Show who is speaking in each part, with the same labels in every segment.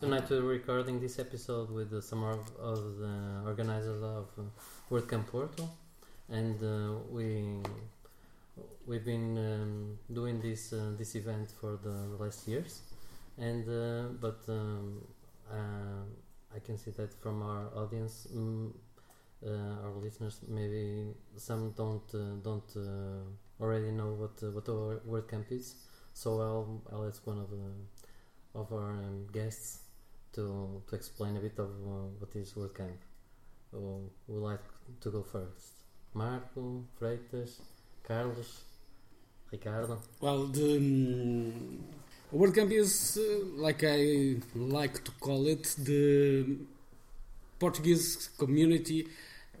Speaker 1: Tonight we're recording this episode with uh, some of, of the organizers of uh, WordCamp Porto, and uh, we we've been um, doing this uh, this event for the last years, and uh, but um, uh, I can see that from our audience, mm, uh, our listeners, maybe some don't uh, don't uh, already know what uh, what our WordCamp is. So I'll I'll ask one of the of our um, guests to to explain a bit of uh, what is WordCamp. Who would like to go first? Marco, Freitas, Carlos, Ricardo.
Speaker 2: Well, the um, WordCamp is, uh, like I like to call it, the Portuguese community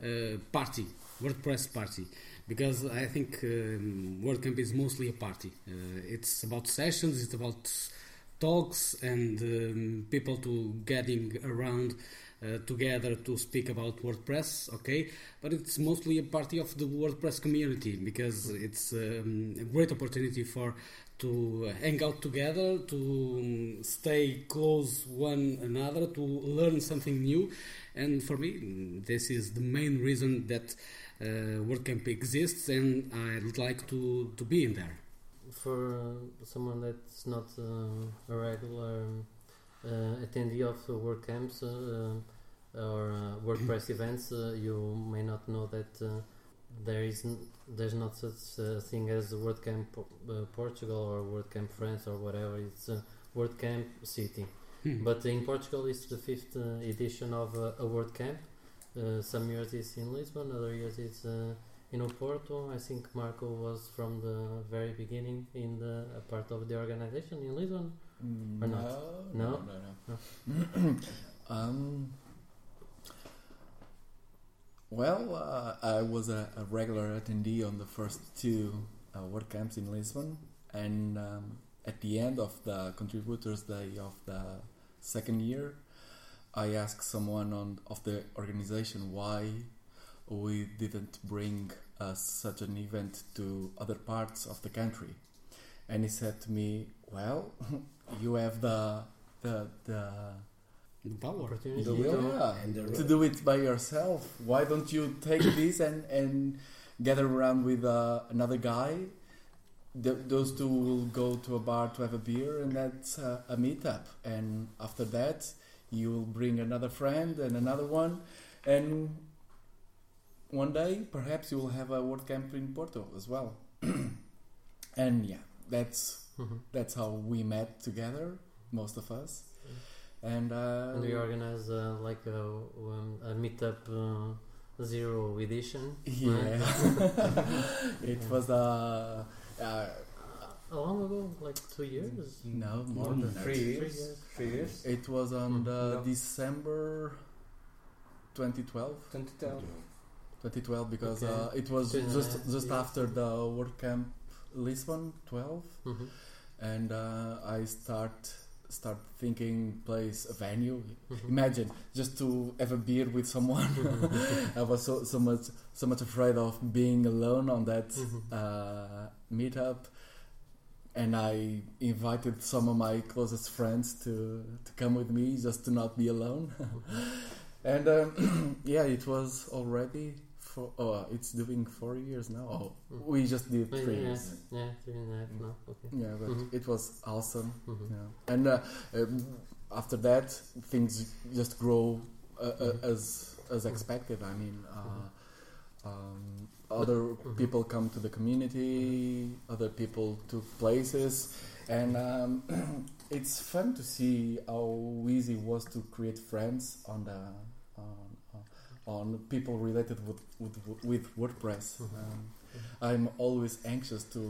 Speaker 2: uh, party, WordPress party, because I think um, WordCamp is mostly a party. Uh, it's about sessions, it's about talks and um, people to getting around uh, together to speak about WordPress, okay? But it's mostly a party of the WordPress community because it's um, a great opportunity for to hang out together, to um, stay close one another, to learn something new, and for me, this is the main reason that uh, WordCamp exists, and I'd like to to be in there.
Speaker 1: for uh, someone that's not uh, a regular um, uh, attendee of uh, WordCamps uh, uh, or uh, WordPress events, uh, you may not know that uh, there is n- there's not such a thing as WordCamp Po- uh, Portugal or WordCamp France or whatever. It's uh, WordCamp City.
Speaker 2: Hmm.
Speaker 1: But in Portugal, it's the fifth uh, edition of uh, a World Camp. Uh, some years it's in Lisbon, other years it's uh, in Oporto. I think Marco was from the very beginning in the a part of the organization in Lisbon.
Speaker 3: Mm,
Speaker 1: Or
Speaker 3: no,
Speaker 1: not?
Speaker 3: no, no, no. um, well, uh, I was a, a regular attendee on the first two uh, WordCamps in Lisbon, and um, at the end of the Contributors Day of the second year, I asked someone on of the organization why we didn't bring uh, such an event to other parts of the country, and he said to me, "Well, you have the the the,
Speaker 2: The power.
Speaker 1: Opportunity
Speaker 3: the
Speaker 1: to-
Speaker 3: will yeah,
Speaker 4: and the
Speaker 3: to do it by yourself. Why don't you take this and and gather around with uh, another guy? Th- those two will go to a bar to have a beer, and that's uh, a meetup. And after that, you will bring another friend and another one, and one day perhaps you will have a WordCamp in Porto as well. and yeah, that's
Speaker 1: Mhm.
Speaker 3: that's how we met together, most of us. And, uh,
Speaker 1: And we organize uh, like a, um, a meetup uh, zero edition.
Speaker 3: yeah,
Speaker 1: right?
Speaker 3: it
Speaker 1: Yeah.
Speaker 3: was uh, uh,
Speaker 1: How long ago? Like two years?
Speaker 3: no more
Speaker 2: Mm,
Speaker 3: than that.
Speaker 4: Three
Speaker 1: Three
Speaker 4: years.
Speaker 1: years.
Speaker 4: Three years.
Speaker 3: It was on
Speaker 1: Mm,
Speaker 3: the
Speaker 4: no.
Speaker 3: December 2012,
Speaker 4: 2010.
Speaker 3: 2012 because
Speaker 1: Okay.
Speaker 3: uh, it was
Speaker 1: Two and a half
Speaker 3: just just
Speaker 1: years.
Speaker 3: after the WordCamp Lisbon 12,
Speaker 1: Mhm.
Speaker 3: and uh, I start start thinking place a venue
Speaker 1: Mhm.
Speaker 3: Imagine just to have a beer with someone. I was so, so much so much afraid of being alone on that
Speaker 1: Mhm.
Speaker 3: uh, meetup, and I invited some of my closest friends to to come with me just to not be alone. and um, yeah, it was already for oh, it's doing four years now. Oh,
Speaker 1: Mhm.
Speaker 3: we just did
Speaker 1: Yeah,
Speaker 3: three
Speaker 1: yeah.
Speaker 3: years.
Speaker 1: Yeah, three and a half now. Okay.
Speaker 3: Yeah, but
Speaker 1: Mhm.
Speaker 3: it was awesome.
Speaker 1: Mhm.
Speaker 3: Yeah. And uh, um, after that, things just grow uh, uh,
Speaker 1: Mhm.
Speaker 3: as as expected. I mean, uh, um, other
Speaker 1: Mhm.
Speaker 3: people come to the community, other people to places, and um, it's fun to see how easy it was to create friends on the on, uh, on people related with with, with WordPress.
Speaker 1: Mhm.
Speaker 3: Um, I'm always anxious to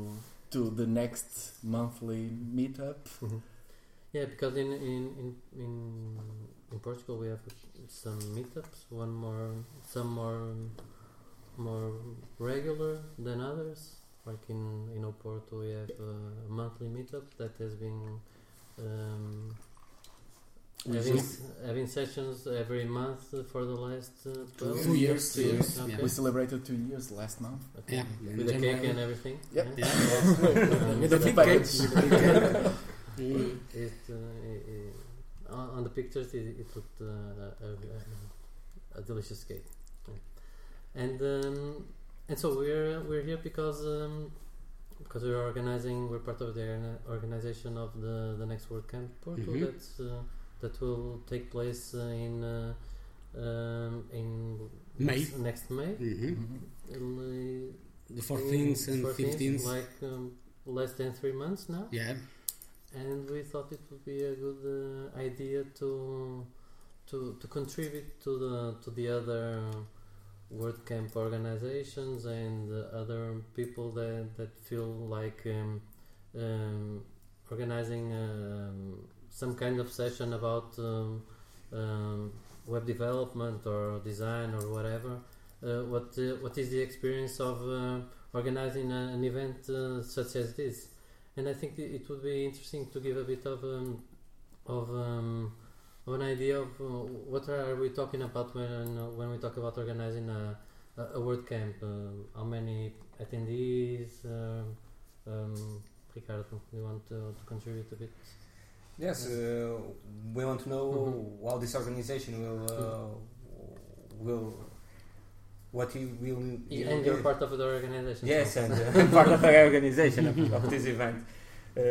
Speaker 3: to the next monthly meetup.
Speaker 1: Mm-hmm. Yeah, because in in, in in in Portugal we have some meetups. One more, some more more regular than others. Like in in Oporto we have a monthly meetup that has been um,
Speaker 3: We
Speaker 1: having,
Speaker 3: just-
Speaker 1: having sessions every month for the last uh, 12
Speaker 2: Two years,
Speaker 3: two years,
Speaker 2: yeah.
Speaker 1: okay.
Speaker 3: We celebrated two years last month.
Speaker 1: Okay.
Speaker 2: Yeah,
Speaker 1: With a cake and everything.
Speaker 3: Yep.
Speaker 1: yeah?
Speaker 2: Yeah.
Speaker 1: Um,
Speaker 2: With a
Speaker 1: so-
Speaker 2: big
Speaker 3: package.
Speaker 2: Mm. cake.
Speaker 1: it, uh, i- i- on, on the pictures it, it looked uh, a, a, a delicious cake. Yeah. And um, and so we're we're here because um, because we're organizing. We're part of the orga- organization of the the next World Camp Porto
Speaker 2: Mhm.
Speaker 1: that's, uh, that will take place uh, in uh, um, in
Speaker 2: May.
Speaker 1: next, next May.
Speaker 2: Mhm.
Speaker 3: Mm-hmm.
Speaker 1: In, uh,
Speaker 2: The 14th and
Speaker 1: 14th,
Speaker 2: 15th.
Speaker 1: Mm, like um, less than three months now.
Speaker 2: yeah.
Speaker 1: and we thought it would be a good uh, idea to to to contribute to the to the other WordCamp organizations and uh, other people that that feel like um, um, organizing um, some kind of session about um, um, web development or design or whatever. Uh, what uh, what is the experience of uh, organizing a, an event uh, such as this? and I think it it would be interesting to give a bit of um, of, um, of an idea of uh, what are we talking about when uh, when we talk about organizing a a a WordCamp. Uh, how many attendees? Um, um, Ricardo, you want to, to contribute a bit?
Speaker 4: Yes, uh, we want to know
Speaker 1: Mm-hmm.
Speaker 4: how this organization will uh, will what he will
Speaker 1: and you're part of the organization.
Speaker 4: Yes,
Speaker 1: so-
Speaker 4: and uh, part of the organization of, of this event. Uh,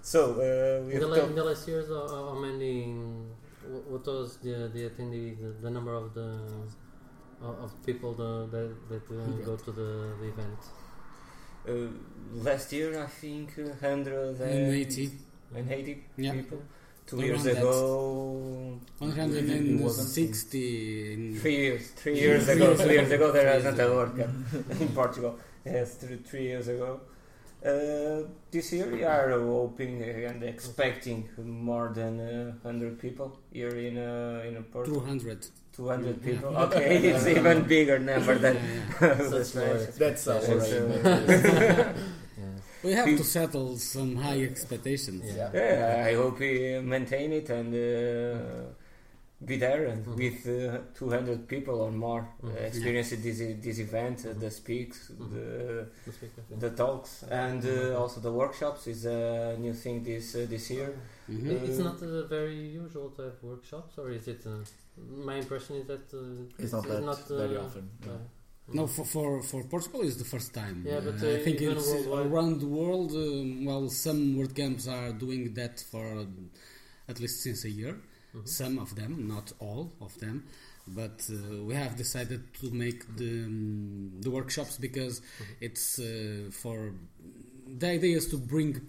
Speaker 4: so uh, we
Speaker 1: in, the
Speaker 4: have
Speaker 1: la-
Speaker 4: talked
Speaker 1: in the last years, how, how how many? um, wh- What was the the attendee the, the number of the of of people the, that that uh, go to the, the event?
Speaker 4: uh, last year, I think, uh, 100 and
Speaker 2: 180.
Speaker 4: 180
Speaker 2: Yeah.
Speaker 4: people. Two
Speaker 2: Around
Speaker 4: years
Speaker 2: that.
Speaker 4: ago,
Speaker 3: It wasn't-
Speaker 2: 160. in-
Speaker 4: three years, three years ago, two years ago, there wasn't a World Cup in Portugal. Yes, three, three years ago. Uh, this year we are hoping and expecting more than uh, 100 people here in uh, in Porto.
Speaker 2: 200.
Speaker 4: 200 people.
Speaker 2: Yeah.
Speaker 4: Okay, it's even bigger number than.
Speaker 2: Yeah, yeah.
Speaker 1: Such
Speaker 4: that's
Speaker 1: lower
Speaker 4: nice.
Speaker 3: That's our
Speaker 1: expectations.
Speaker 4: uh,
Speaker 1: Yeah.
Speaker 2: We have to settle some high expectations.
Speaker 1: Yeah.
Speaker 4: Yeah, I hope we maintain it and uh, be there and with uh, 200 people or more uh,
Speaker 1: Mhm.
Speaker 4: experiencing this this event, uh, the speaks,
Speaker 1: Mhm.
Speaker 4: the
Speaker 1: The speaker.
Speaker 4: the talks, and uh, also the workshops is a new thing this uh, this year.
Speaker 2: Mhm.
Speaker 1: It- It's not uh, very usual to have workshops, or is it? Uh, my impression is that uh,
Speaker 3: It's not that
Speaker 1: uh,
Speaker 3: very often. no.
Speaker 1: uh,
Speaker 2: No, for, for, for Portugal is the first time.
Speaker 1: Yeah, but,
Speaker 2: I
Speaker 1: uh,
Speaker 2: think
Speaker 1: even
Speaker 2: it's
Speaker 1: worldwide-
Speaker 2: around the world. Um, well, some word camps are doing that for um, at least since a year.
Speaker 1: Mhm.
Speaker 2: Some of them, not all of them, but uh, we have decided to make the um, the workshops because
Speaker 1: Mm-hmm.
Speaker 2: it's uh, for the idea is to bring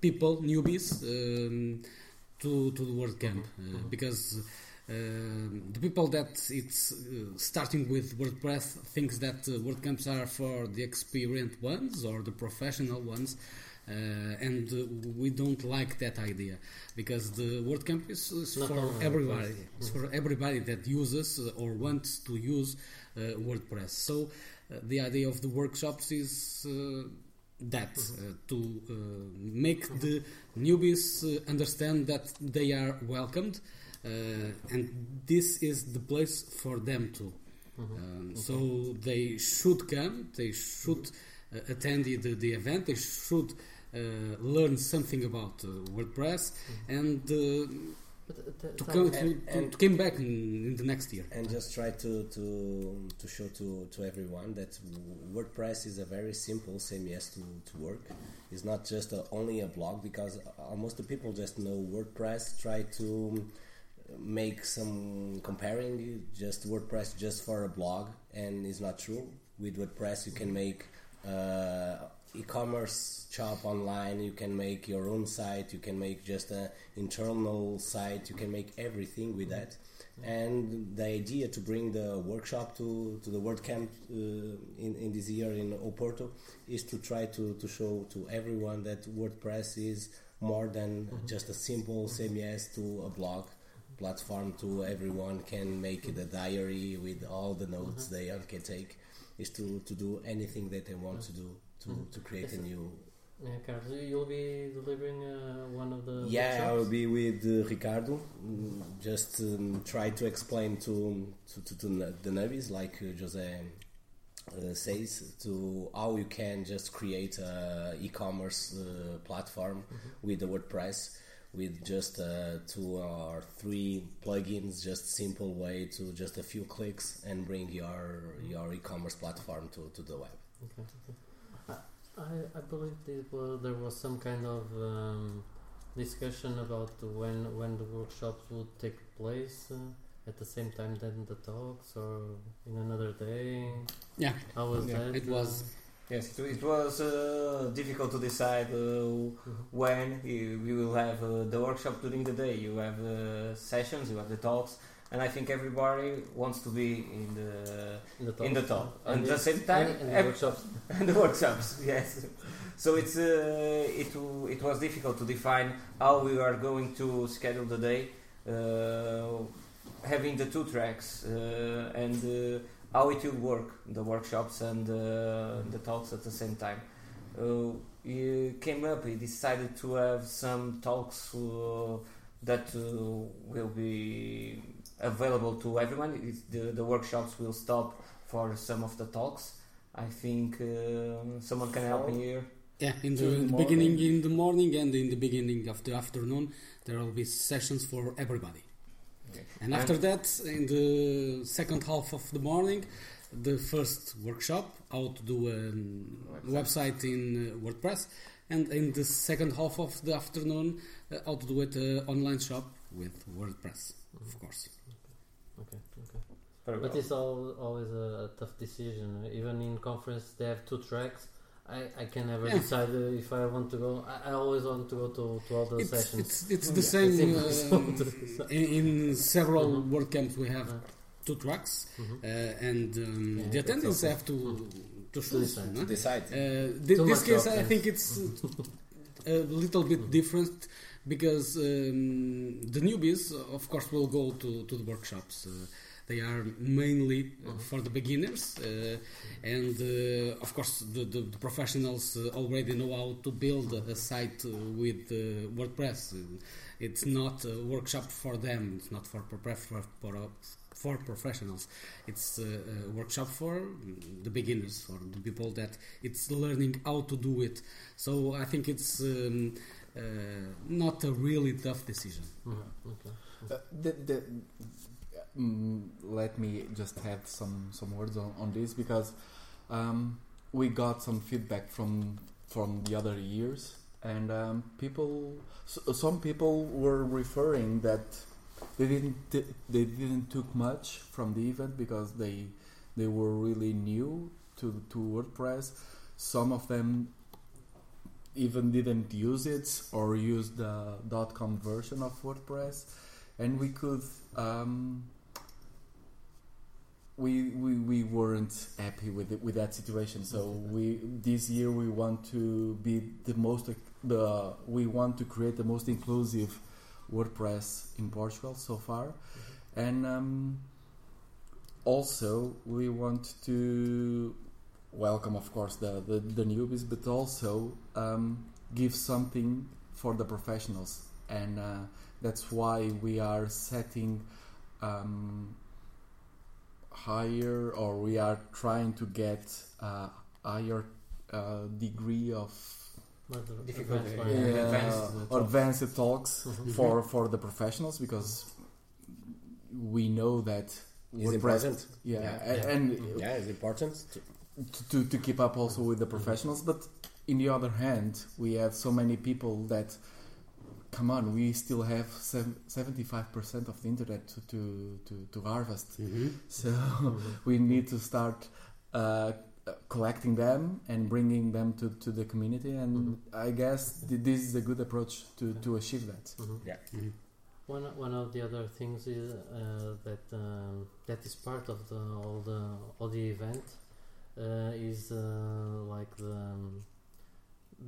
Speaker 2: people newbies um, to to the word camp uh, because. Um, the people that it's uh, starting with WordPress thinks that uh, WordCamps are for the experienced ones or the professional ones, uh, and uh, we don't like that idea because the WordCamp is, is
Speaker 1: Not
Speaker 2: for
Speaker 1: only
Speaker 2: everybody.
Speaker 1: WordPress.
Speaker 2: It's for everybody that uses uh, or wants to use uh, WordPress. So uh, the idea of the workshops is. Uh, that
Speaker 5: Mm-hmm.
Speaker 2: uh, to uh, make the newbies uh, understand that they are welcomed uh, and this is the place for them to.
Speaker 5: Mm-hmm.
Speaker 2: Um, So they should come, they should uh, attend the, the event, they should uh, learn something about uh, WordPress and uh,
Speaker 1: but, uh, th-
Speaker 2: to,
Speaker 1: th-
Speaker 2: come, to,
Speaker 5: Mm-hmm. And-
Speaker 2: to,
Speaker 5: and-
Speaker 2: to come back in, in the next year.
Speaker 5: and just try to to to show to to everyone that WordPress is a very simple same yes to, to work. It's not just a, only a blog because almost the people just know WordPress. Try to make some comparing just WordPress just for a blog, and it's not true. With WordPress, you can make uh, e-commerce shop online. You can make your own site. You can make just an internal site. You can make everything with that. And the idea to bring the workshop to, to the WordCamp uh, in, in this year in Oporto is to try to, to show to everyone that WordPress is more than just a simple same yes to a blog platform to everyone can make it a diary with all the notes they all can take is to, to do anything that they want to do to, to create a new
Speaker 1: yeah, Carlos, you- you'll be delivering uh, one of the
Speaker 5: yeah i will
Speaker 1: workshops?
Speaker 5: be with uh, ricardo Mm, just um, try to explain to to, to, to n- the navvies like uh, jose uh, says to how you can just create a e-commerce uh, platform with the wordpress with just uh, two or three plugins, just simple way to just a few clicks and bring your your e-commerce platform to, to the web.
Speaker 1: Okay. I, I believe this was, there was some kind of um, discussion about when when the workshops would take place uh, at the same time than the talks or in another day.
Speaker 2: Yeah.
Speaker 1: How was
Speaker 4: Yeah,
Speaker 1: that?
Speaker 2: it was.
Speaker 4: Yes, it, it was uh, difficult to decide uh, when you, we will have uh, the workshop during the day. You have uh, sessions, you have the talks, and I think everybody wants to be in the
Speaker 1: in the talks.
Speaker 4: in the talk.
Speaker 1: And
Speaker 4: At the
Speaker 1: in-
Speaker 4: same time,
Speaker 1: and in the
Speaker 4: ev-
Speaker 1: workshops.
Speaker 4: and the workshops. Yes, so it's uh, it w- it was difficult to define how we are going to schedule the day, uh, having the two tracks uh, and uh, how it will work the workshops and uh, the talks at the same time. Uh, he came up. He decided to have some talks uh, that uh, will be available to everyone. It's the, the workshops will stop for some of the talks. I think uh, someone can help me here.
Speaker 2: Yeah, in the,
Speaker 3: Two in
Speaker 2: in
Speaker 3: the
Speaker 2: the beginning,
Speaker 3: morning.
Speaker 2: in the morning, and in the beginning of the afternoon, there will be sessions for everybody.
Speaker 4: Okay.
Speaker 2: And after that, in the second half of the morning, the first workshop how to do a website in uh, WordPress, and in the second half of the afternoon, uh, how to do it uh, online shop with WordPress, of course.
Speaker 1: Okay. Okay.
Speaker 4: Very
Speaker 1: But
Speaker 4: well.
Speaker 6: Uh,
Speaker 1: it's all, always a, a tough decision. Even in conference, they have two tracks. I, I can never
Speaker 2: Yeah.
Speaker 1: decide uh, if I want to go. I, I always want to go to, to all the
Speaker 2: It's,
Speaker 1: sessions. Oh,
Speaker 2: it's, it's the
Speaker 1: It's
Speaker 2: same.
Speaker 1: impossible to
Speaker 2: um,
Speaker 1: decide.
Speaker 2: in, in several
Speaker 1: Mhm.
Speaker 2: WordCamps, we have
Speaker 1: Uh,
Speaker 2: two tracks,
Speaker 1: mhm.
Speaker 2: uh, and um,
Speaker 1: Yeah, Mm-hmm.
Speaker 2: the
Speaker 1: that's
Speaker 2: attendants
Speaker 1: also-
Speaker 2: have to to choose.
Speaker 1: decide.
Speaker 2: no?
Speaker 5: To decide.
Speaker 2: Uh, thi-
Speaker 1: Too
Speaker 2: this
Speaker 1: much
Speaker 2: case, I
Speaker 1: options.
Speaker 2: think it's uh, a little bit different because um, the newbies, of course, will go to, to the workshops. Uh, they are mainly
Speaker 1: Uh-huh.
Speaker 2: uh, for the beginners, uh, and uh, of course, the, the, the professionals uh, already know how to build a site uh, with uh, WordPress. Uh, It's not a workshop for them. It's not for prof- for, for, for professionals. It's a, a workshop for mm, the beginners, for the people that it's learning how to do it. So I think it's um, uh, not a really tough decision.
Speaker 1: Mhm. Okay.
Speaker 3: Uh, the, the, mm, let me just add some, some words on, on this because um, we got some feedback from from the other years and um, people so, some people were referring that they didn't t- they didn't took much from the event because they they were really new to to WordPress some of them even didn't use it or used the .com version of WordPress and we could um, we, we we weren't happy with it, with that situation so we this year we want to be the most the we want to create the most inclusive WordPress in Portugal so far and um, also we want to welcome of course the, the, the newbies but also um, give something for the professionals and uh, that's why we are setting um, higher or we are trying to get uh, higher uh, degree of
Speaker 1: But uh, the
Speaker 4: Difficult,
Speaker 1: advanced
Speaker 4: yeah.
Speaker 1: one,
Speaker 4: Yeah.
Speaker 3: uh,
Speaker 4: advanced Mm-hmm.
Speaker 3: or advanced talks
Speaker 1: Mhm.
Speaker 3: for for the professionals because we know that
Speaker 5: It's important.
Speaker 3: yeah,
Speaker 5: Yeah.
Speaker 3: a-
Speaker 1: Yeah.
Speaker 3: and
Speaker 1: Mhm.
Speaker 5: Yeah, it's important. to-
Speaker 3: to- to, to keep up also with the professionals. But in the other hand, we have so many people that, come on, we still have seventy five percent of the internet to to, to, to harvest.
Speaker 1: Mm-hmm.
Speaker 3: So we need to start uh, collecting them and bringing them to, to the community. And I guess th- this is a good approach to, to achieve that.
Speaker 6: Mm-hmm.
Speaker 1: Mhm.
Speaker 5: Yeah.
Speaker 2: Mhm.
Speaker 1: One one of the other things is uh, that um, that is part of the all the all the event uh, is uh, like the um,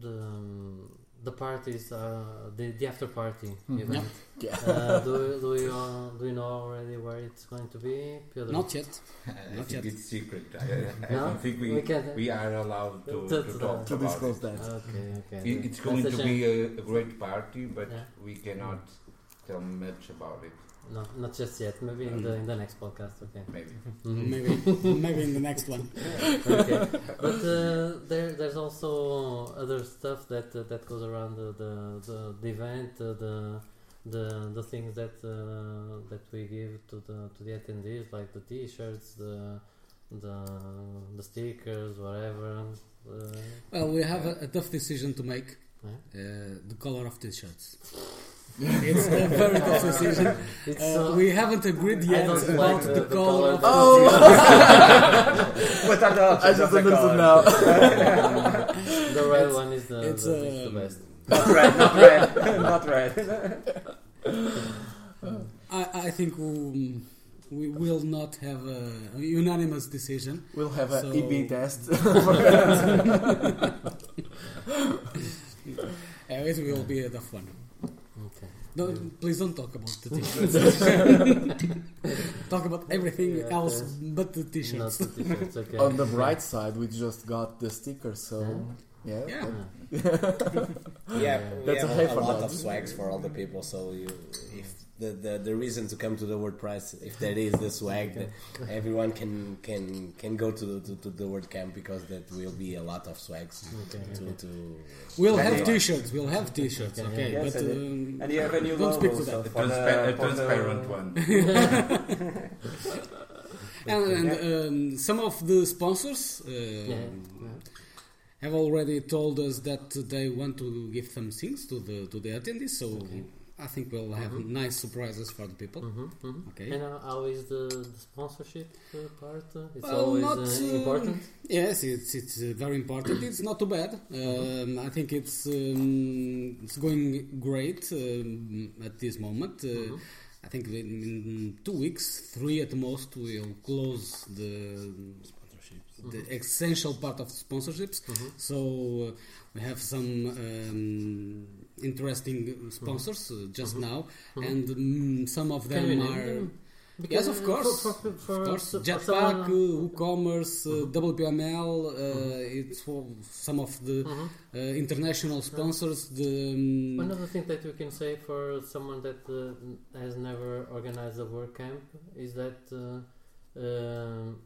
Speaker 1: the um, the parties uh, the the after party
Speaker 2: Hmm.
Speaker 3: Mhm.
Speaker 1: event.
Speaker 3: Yeah.
Speaker 1: Uh, do do you uh, do you know already where it's going to be? Piotr?
Speaker 2: Not yet.
Speaker 6: I
Speaker 2: Not
Speaker 6: think
Speaker 2: yet.
Speaker 6: it's secret. I, I- I
Speaker 1: No?
Speaker 6: don't think we
Speaker 1: We can't- uh,
Speaker 6: we are allowed to,
Speaker 1: To-
Speaker 6: to,
Speaker 1: to
Speaker 6: talk
Speaker 3: To
Speaker 6: about
Speaker 3: discuss
Speaker 6: it.
Speaker 3: that.
Speaker 1: Okay, okay.
Speaker 6: It- It's
Speaker 1: That's
Speaker 6: going
Speaker 1: a
Speaker 6: to
Speaker 1: shame.
Speaker 6: be a, a great party, but
Speaker 1: Yeah.
Speaker 6: we cannot tell much about it.
Speaker 1: No, not just yet. Maybe in the in the next podcast. Okay.
Speaker 6: Maybe.
Speaker 1: Mm-hmm.
Speaker 2: Maybe, maybe in the next one.
Speaker 1: okay. But uh, there, there's also other stuff that uh, that goes around the the, the, the event, uh, the the the things that uh, that we give to the to the attendees, like the T-shirts, the the the stickers, whatever. Uh,
Speaker 2: Well, we have a, a tough decision to make.
Speaker 1: Yeah.
Speaker 2: Uh, the color of t-shirts. it's a very tough decision.
Speaker 1: it's
Speaker 2: Uh,
Speaker 1: so
Speaker 2: we haven't agreed
Speaker 1: I
Speaker 2: yet
Speaker 1: don't
Speaker 2: about
Speaker 1: like
Speaker 2: the,
Speaker 1: the- the
Speaker 2: color.
Speaker 1: color.
Speaker 2: of
Speaker 1: Oh!
Speaker 4: what are the
Speaker 3: I
Speaker 4: options
Speaker 3: just
Speaker 4: of the
Speaker 3: understood
Speaker 4: color?
Speaker 3: now.
Speaker 1: the red one is the,
Speaker 2: it's,
Speaker 1: the, is
Speaker 2: um,
Speaker 1: the best.
Speaker 4: Not red, not red, not red.
Speaker 2: I, I think we, we will not have a unanimous decision.
Speaker 3: We'll have an
Speaker 2: So-
Speaker 3: EB test.
Speaker 2: Uh, it will be a tough one.
Speaker 1: Okay.
Speaker 2: Don't, Please don't talk about the t-shirts. talk about everything
Speaker 1: Yeah,
Speaker 2: else
Speaker 1: okay.
Speaker 2: but the
Speaker 1: Not
Speaker 2: t-shirts.
Speaker 1: the t-shirts. Okay.
Speaker 3: On the bright side, we just got the sticker, so yeah.
Speaker 2: Yeah.
Speaker 5: yeah, we
Speaker 3: That's
Speaker 5: have
Speaker 3: a high
Speaker 5: a,
Speaker 3: for
Speaker 5: lot
Speaker 3: that.
Speaker 5: of swags for all the people. So you, if the, the the reason to come to the WordPress, if that is the swag, that everyone can can can go to the to, to the WordCamp because that will be a lot of swags
Speaker 1: Okay,
Speaker 5: to,
Speaker 1: okay.
Speaker 5: to
Speaker 2: We'll have
Speaker 5: Yeah.
Speaker 2: t-shirts. We'll have t-shirts.
Speaker 1: Yeah,
Speaker 2: Okay,
Speaker 4: yeah. Yes,
Speaker 2: but
Speaker 4: I did.
Speaker 2: um,
Speaker 4: And you have a new
Speaker 2: Don't
Speaker 4: logo
Speaker 2: speak to
Speaker 4: so
Speaker 6: A,
Speaker 4: for the-
Speaker 6: transpa- a
Speaker 4: for the-
Speaker 6: transparent one.
Speaker 2: and, and um, some of the sponsors. um
Speaker 1: Yeah.
Speaker 2: have already told us that they want to give some things to the to the attendees. So I think we'll have
Speaker 1: Mm-hmm.
Speaker 2: nice surprises for the people.
Speaker 1: hmm hmm
Speaker 2: Okay.
Speaker 1: And uh, how is the, the sponsorship uh, part? Uh, It's
Speaker 2: Well,
Speaker 1: always
Speaker 2: not,
Speaker 1: uh,
Speaker 2: uh,
Speaker 1: important.
Speaker 2: Yes, it's it's uh, very important. it's not too bad.
Speaker 1: Mm-hmm.
Speaker 2: Um, I think it's um, it's going great um, at this moment. Uh,
Speaker 1: Mm-hmm.
Speaker 2: I think in- in two weeks, three at most, we'll close the the
Speaker 1: Mm-hmm.
Speaker 2: essential part of sponsorships. So uh, we have some um,
Speaker 1: Mm-hmm.
Speaker 2: interesting sponsors uh, just now, and um, some of
Speaker 1: Can we
Speaker 2: them
Speaker 1: name
Speaker 2: are.
Speaker 1: them?
Speaker 2: Yes, of course.
Speaker 1: Mm-hmm. For, for, for,
Speaker 2: Of course,
Speaker 1: for
Speaker 2: Jetpack,
Speaker 1: someone-
Speaker 2: uh, WooCommerce, uh, WPML, uh, it's for some of the uh, international sponsors. The um,
Speaker 1: Another thing that you can say for someone that uh, n- has never organized a work camp is that uh, um,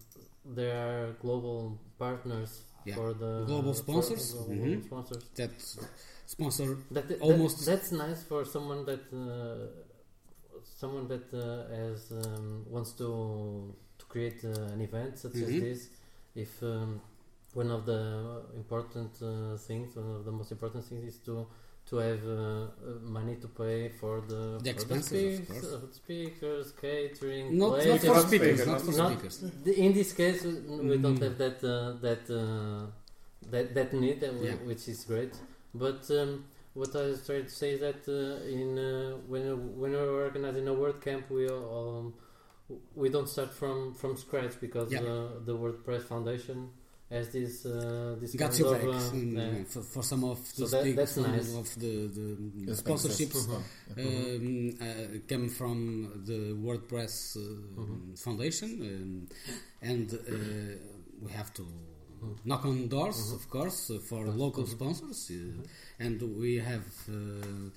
Speaker 1: there are global partners
Speaker 2: Yeah.
Speaker 1: for the
Speaker 2: Global
Speaker 1: for
Speaker 2: sponsors.
Speaker 1: global
Speaker 2: Mhm.
Speaker 1: sponsors.
Speaker 2: that sponsor
Speaker 1: That, that-
Speaker 2: Almost-
Speaker 1: that's nice for someone that uh, someone that uh, has um, wants to to create uh, an event such as
Speaker 2: Mhm.
Speaker 1: this. If um, one of the important uh, things, one of the most important things, is to to have uh, uh, money to pay for the, for
Speaker 2: The expenses, of
Speaker 1: speaks-
Speaker 2: course.
Speaker 1: uh, speakers, catering,
Speaker 2: not, not
Speaker 1: plates.
Speaker 2: for
Speaker 6: Not
Speaker 2: speakers,
Speaker 6: speakers,
Speaker 2: not for
Speaker 1: not-
Speaker 2: speakers.
Speaker 1: The- In this case, we we don't
Speaker 2: Mm.
Speaker 1: have that uh, that uh, that that need, uh,
Speaker 2: Yeah.
Speaker 1: which is great. But um, what I was trying to say is that uh, in uh, when when we're organizing a word camp, we all, um, we don't start from from scratch because
Speaker 2: Yeah.
Speaker 1: uh, the WordPress Foundation has this uh, this
Speaker 2: Got
Speaker 1: kind
Speaker 2: your
Speaker 1: of,
Speaker 2: back
Speaker 1: uh,
Speaker 2: um,
Speaker 1: yeah.
Speaker 2: for, for some of
Speaker 1: So
Speaker 2: the
Speaker 1: that-
Speaker 2: speak-
Speaker 1: that's
Speaker 2: some
Speaker 1: nice. Uh-huh.
Speaker 2: of the, the
Speaker 3: Yes,
Speaker 2: sponsorships.
Speaker 3: thanks, yes.
Speaker 2: um, uh, came from the WordPress uh,
Speaker 1: Uh-huh.
Speaker 2: Foundation, um, and uh, we have to knock on doors, of course, uh, for local sponsors, uh, and we have. Uh,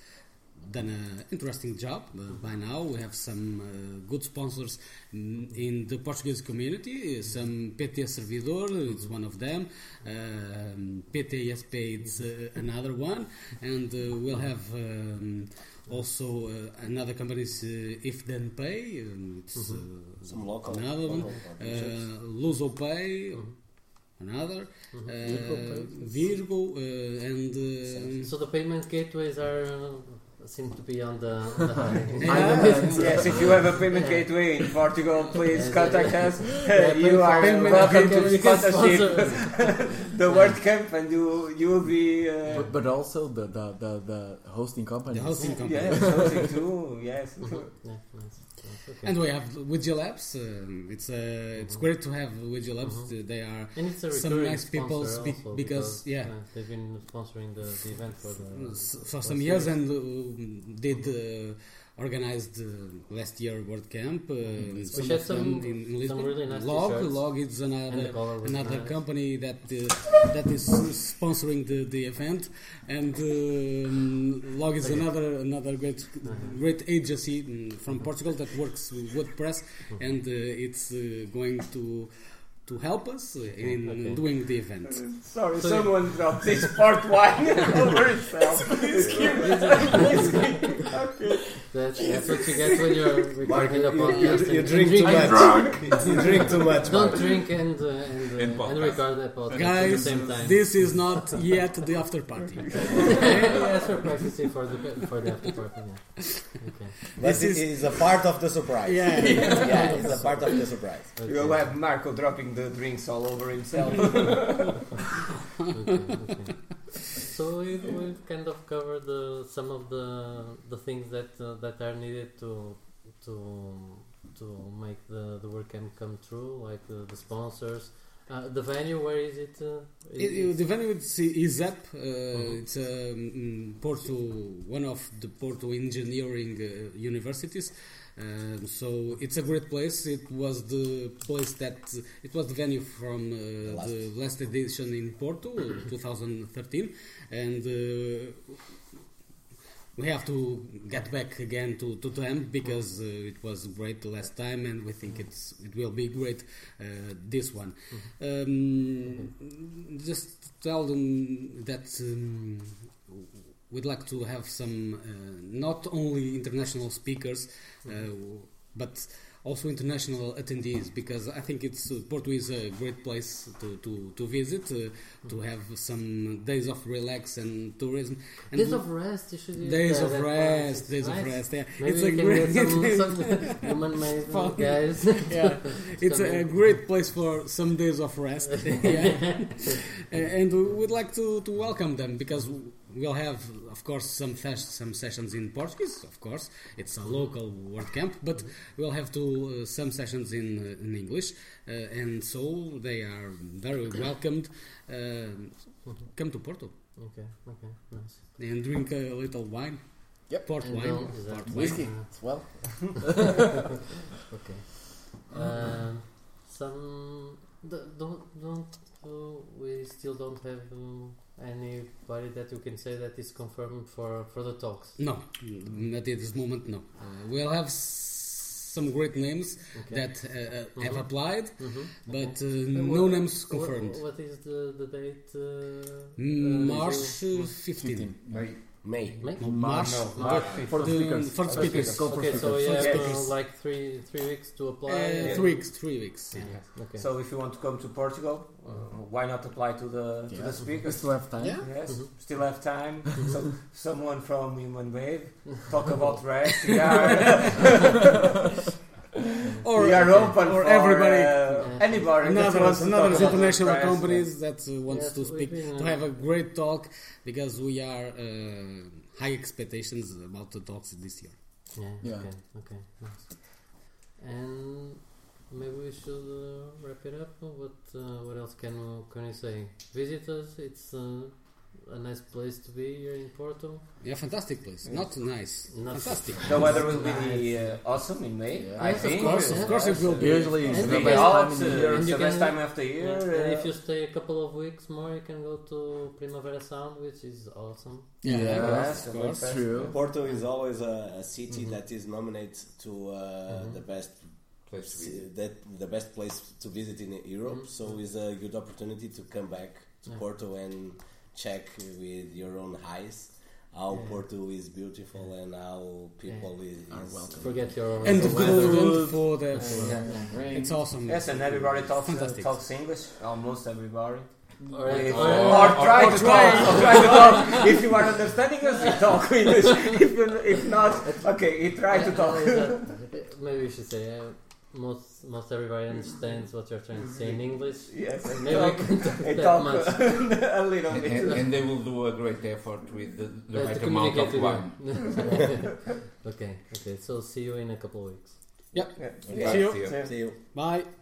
Speaker 2: Done an interesting job. Uh, by now, we have some uh, good sponsors mm, in the Portuguese community. Uh, Some PT Servidor is one of them. Um, PT ESP is uh, another one, and uh, we'll have um, also uh, another company is uh, If Then Pay. Um, it's, uh,
Speaker 5: some local.
Speaker 2: another one.
Speaker 5: local
Speaker 2: Uh,
Speaker 5: partnerships.
Speaker 2: Luso Pay, another. Uh, Virgo uh, and uh,
Speaker 1: So the payment gateways are uh, seem to be on the, on the high.
Speaker 4: Yes, if you have a payment gateway in Portugal, please
Speaker 1: Yeah,
Speaker 4: contact us.
Speaker 1: Yeah,
Speaker 4: you are
Speaker 2: payment
Speaker 4: welcome
Speaker 1: gateway.
Speaker 4: to sponsorship
Speaker 1: Sponsor.
Speaker 4: the World Cup, and you you will be uh,
Speaker 3: But, but also the, the, the, the hosting company.
Speaker 2: the hosting company.
Speaker 4: yeah something too. Yes,
Speaker 1: Yeah, nice, nice, okay.
Speaker 2: And we have Widget Labs. Um, it's uh, it's
Speaker 4: Mm-hmm.
Speaker 2: great to have Widget Labs. They are
Speaker 1: And it's a
Speaker 2: Some
Speaker 1: recurring
Speaker 2: nice people
Speaker 1: sponsor
Speaker 2: speak
Speaker 1: also
Speaker 2: because, yeah.
Speaker 1: they've
Speaker 2: uh,
Speaker 1: been sponsoring the, the event for the
Speaker 2: s- for some years and uh, did uh, organized uh, last year WordCamp.
Speaker 4: Mm-hmm.
Speaker 2: Uh, some
Speaker 1: had
Speaker 2: of them
Speaker 1: some-
Speaker 2: in, in
Speaker 1: some
Speaker 2: Lisbon.
Speaker 1: really nice
Speaker 2: Log
Speaker 1: t-shirts.
Speaker 2: Log is
Speaker 1: And the
Speaker 2: another
Speaker 1: color was
Speaker 2: another
Speaker 1: nice.
Speaker 2: company that uh, that is sponsoring the, the event, and um, Log is another another great great agency mm, from Portugal that works with WordPress, and uh, it's uh, going to to help us in
Speaker 1: Okay.
Speaker 2: doing the event.
Speaker 4: Sorry,
Speaker 1: So-
Speaker 4: someone dropped this part one over itself.
Speaker 1: That's, that's what you get when you're
Speaker 5: Mark,
Speaker 1: recording
Speaker 5: you,
Speaker 1: a podcast.
Speaker 5: you, you
Speaker 1: and-
Speaker 5: drink
Speaker 1: and
Speaker 5: too
Speaker 1: drink-
Speaker 5: much. you drink too much.
Speaker 1: Don't
Speaker 5: Mark.
Speaker 1: drink and uh, and, uh,
Speaker 6: And
Speaker 1: and,
Speaker 6: podcast.
Speaker 1: record the podcast at the
Speaker 2: Guys,
Speaker 1: same time.
Speaker 2: this is not yet the after party.
Speaker 1: That's for privacy for the for the after party. Yeah. Okay.
Speaker 5: But
Speaker 2: This
Speaker 5: it
Speaker 2: is-
Speaker 5: is a part of the surprise.
Speaker 2: Yeah.
Speaker 5: yeah, it's a part of the surprise.
Speaker 1: okay.
Speaker 4: You will have Marco dropping the drinks all over himself.
Speaker 1: okay, okay. So we we kind of covered the, some of the the things that uh, that are needed to to to make the the WordCamp come true, like the, the sponsors, uh, the venue. Where is it? Uh,
Speaker 2: It, it, the venue is ISAP. Uh,
Speaker 1: Mhm.
Speaker 2: It's um, Porto, one of the Porto engineering uh, universities. Um, so it's a great place. It was the place that it was the venue from uh,
Speaker 5: Last.
Speaker 2: the last edition in Porto, uh, 2013, and uh, we have to get back again to, to them because uh, it was great the last time, and we think it's it will be great uh, this one. Um, just tell them that um, we'd like to have some uh, not only international speakers, uh, but also international attendees because I think it's uh, Porto is a great place to, to, to visit, uh, to have some days of relax and tourism. And
Speaker 1: Days of rest, you should
Speaker 2: Days
Speaker 1: yeah,
Speaker 2: of
Speaker 1: that part
Speaker 2: rest,
Speaker 1: is
Speaker 2: days of
Speaker 1: nice.
Speaker 2: rest. Yeah,
Speaker 1: Maybe
Speaker 2: it's
Speaker 1: we
Speaker 2: a
Speaker 1: can
Speaker 2: great,
Speaker 1: get some, some human-made
Speaker 2: Fun.
Speaker 1: guys.
Speaker 2: yeah, it's a,
Speaker 1: Some-
Speaker 2: great place for some days of rest. yeah, and we would like to, to welcome them because we'll have, of course, some fes- some sessions in Portuguese. Of course, it's a local word camp, but we'll have to uh, some sessions in uh, in English, uh, and so they are very welcomed. Um come to Porto
Speaker 1: Okay, okay, nice.
Speaker 2: and drink a little wine.
Speaker 5: Yep.
Speaker 2: Port
Speaker 1: And
Speaker 2: wine.
Speaker 1: don't- is that-
Speaker 2: Port wine.
Speaker 5: Whiskey.
Speaker 1: Uh,
Speaker 5: Well,
Speaker 1: Okay. Um, some d- don't don't uh, we still don't have um, anybody that you can say that is confirmed for for the talks.
Speaker 2: No, mm, at this moment, no. Uh, we'll have s- some great names
Speaker 1: Okay.
Speaker 2: that uh, uh, have
Speaker 1: Mhm.
Speaker 2: applied,
Speaker 1: Mhm.
Speaker 2: but uh,
Speaker 1: Uh,
Speaker 2: no
Speaker 1: what-
Speaker 2: names
Speaker 1: Wha-
Speaker 2: confirmed.
Speaker 1: what is the the date? Uh,
Speaker 2: Mm,
Speaker 1: uh,
Speaker 2: March
Speaker 1: you-
Speaker 2: uh, 15.
Speaker 6: May.
Speaker 5: May.
Speaker 1: May?
Speaker 2: No, March.
Speaker 4: No,
Speaker 6: Ah,
Speaker 1: March.
Speaker 2: For the speakers. For the speakers.
Speaker 3: Go for
Speaker 1: Okay, so
Speaker 3: speakers.
Speaker 1: you have uh,
Speaker 2: speakers.
Speaker 1: like three three weeks to apply.
Speaker 2: Uh,
Speaker 1: and-
Speaker 2: three weeks, three weeks. yeah.
Speaker 1: Okay.
Speaker 4: So if you want to come to Portugal, uh, why not apply to the to
Speaker 3: Yeah.
Speaker 4: the
Speaker 3: We
Speaker 4: speakers?
Speaker 3: still have time.
Speaker 2: Yeah.
Speaker 4: Yes,
Speaker 1: Mhm.
Speaker 4: still have time.
Speaker 2: Mm-hmm.
Speaker 4: so someone from Human Wave talk about rest. We are,
Speaker 2: Or,
Speaker 4: we are open
Speaker 2: or
Speaker 4: for
Speaker 2: everybody.
Speaker 4: uh, anybody. that
Speaker 2: another
Speaker 4: wants to
Speaker 2: another
Speaker 4: talk about
Speaker 2: international
Speaker 4: rest.
Speaker 2: companies that uh, wants
Speaker 1: Yes,
Speaker 2: to
Speaker 1: we've
Speaker 2: speak
Speaker 1: been,
Speaker 2: to
Speaker 1: uh,
Speaker 2: have a great talk because we are uh, high expectations about the talks this year.
Speaker 1: Yeah.
Speaker 3: Yeah.
Speaker 1: Okay. Okay. Nice. And maybe we should uh, wrap it up. What uh, What else can can you say? Visit us. It's uh, a nice place to be here in Porto.
Speaker 2: Yeah, fantastic place. Not nice.
Speaker 1: Not-
Speaker 2: fantastic.
Speaker 4: The weather will be uh, awesome in May.
Speaker 3: Yeah.
Speaker 4: I
Speaker 1: Yes, of
Speaker 4: think.
Speaker 1: course, of
Speaker 4: Yes.
Speaker 2: course it will be.
Speaker 3: Usually it's
Speaker 1: And
Speaker 3: the
Speaker 1: we
Speaker 3: best
Speaker 1: can-
Speaker 3: time
Speaker 4: out,
Speaker 3: in
Speaker 4: uh,
Speaker 3: the
Speaker 1: and
Speaker 3: year.
Speaker 4: it's
Speaker 1: you
Speaker 4: the best
Speaker 1: can-
Speaker 4: time of the year.
Speaker 1: and if
Speaker 4: uh,
Speaker 1: you stay a couple of weeks more, you can go to Primavera Sound, which is awesome.
Speaker 3: Yes,
Speaker 2: of
Speaker 4: that's
Speaker 2: course.
Speaker 3: It's true.
Speaker 5: Porto is always a, a city
Speaker 1: Mhm.
Speaker 5: that is nominated to uh,
Speaker 1: Mhm.
Speaker 5: the best
Speaker 6: Place to
Speaker 5: ci-
Speaker 6: be.
Speaker 5: uh, that the best place to visit in Europe.
Speaker 1: Mhm.
Speaker 5: So it's a good opportunity to come back to
Speaker 1: Yeah.
Speaker 5: Porto and check with your own eyes how
Speaker 1: Yeah.
Speaker 5: Porto is beautiful and how people is,
Speaker 3: Are
Speaker 5: is-
Speaker 3: welcome.
Speaker 1: Forget your
Speaker 2: And
Speaker 1: the
Speaker 2: the
Speaker 1: weather.
Speaker 2: food, and the food, uh,
Speaker 1: Yeah.
Speaker 2: it's awesome.
Speaker 4: uh, Yes, and everybody talks, uh,
Speaker 2: Fantastic.
Speaker 4: talks English. Almost everybody.
Speaker 1: Or, or,
Speaker 4: Or, or try to
Speaker 2: try.
Speaker 4: talk. Or try to talk. if you are understanding us, you talk English. If, you, if not, okay, you try to
Speaker 1: Yeah,
Speaker 4: talk.
Speaker 1: no, it's not- maybe we should say uh, most most everybody understands what you're trying to say in English.
Speaker 4: Yes, I
Speaker 1: Maybe
Speaker 4: talk,
Speaker 1: we can talk
Speaker 4: I
Speaker 1: that
Speaker 4: talk
Speaker 1: much.
Speaker 4: a little
Speaker 6: And,
Speaker 4: bit.
Speaker 6: and, and they will do a great effort with the, the
Speaker 1: Uh,
Speaker 6: right
Speaker 1: to
Speaker 6: amount
Speaker 1: communicate
Speaker 6: of
Speaker 1: with
Speaker 6: wine.
Speaker 1: you. okay, okay. So see you in a couple of weeks.
Speaker 4: Yeah.
Speaker 5: Yeah.
Speaker 6: See you.
Speaker 5: See you.
Speaker 2: Bye.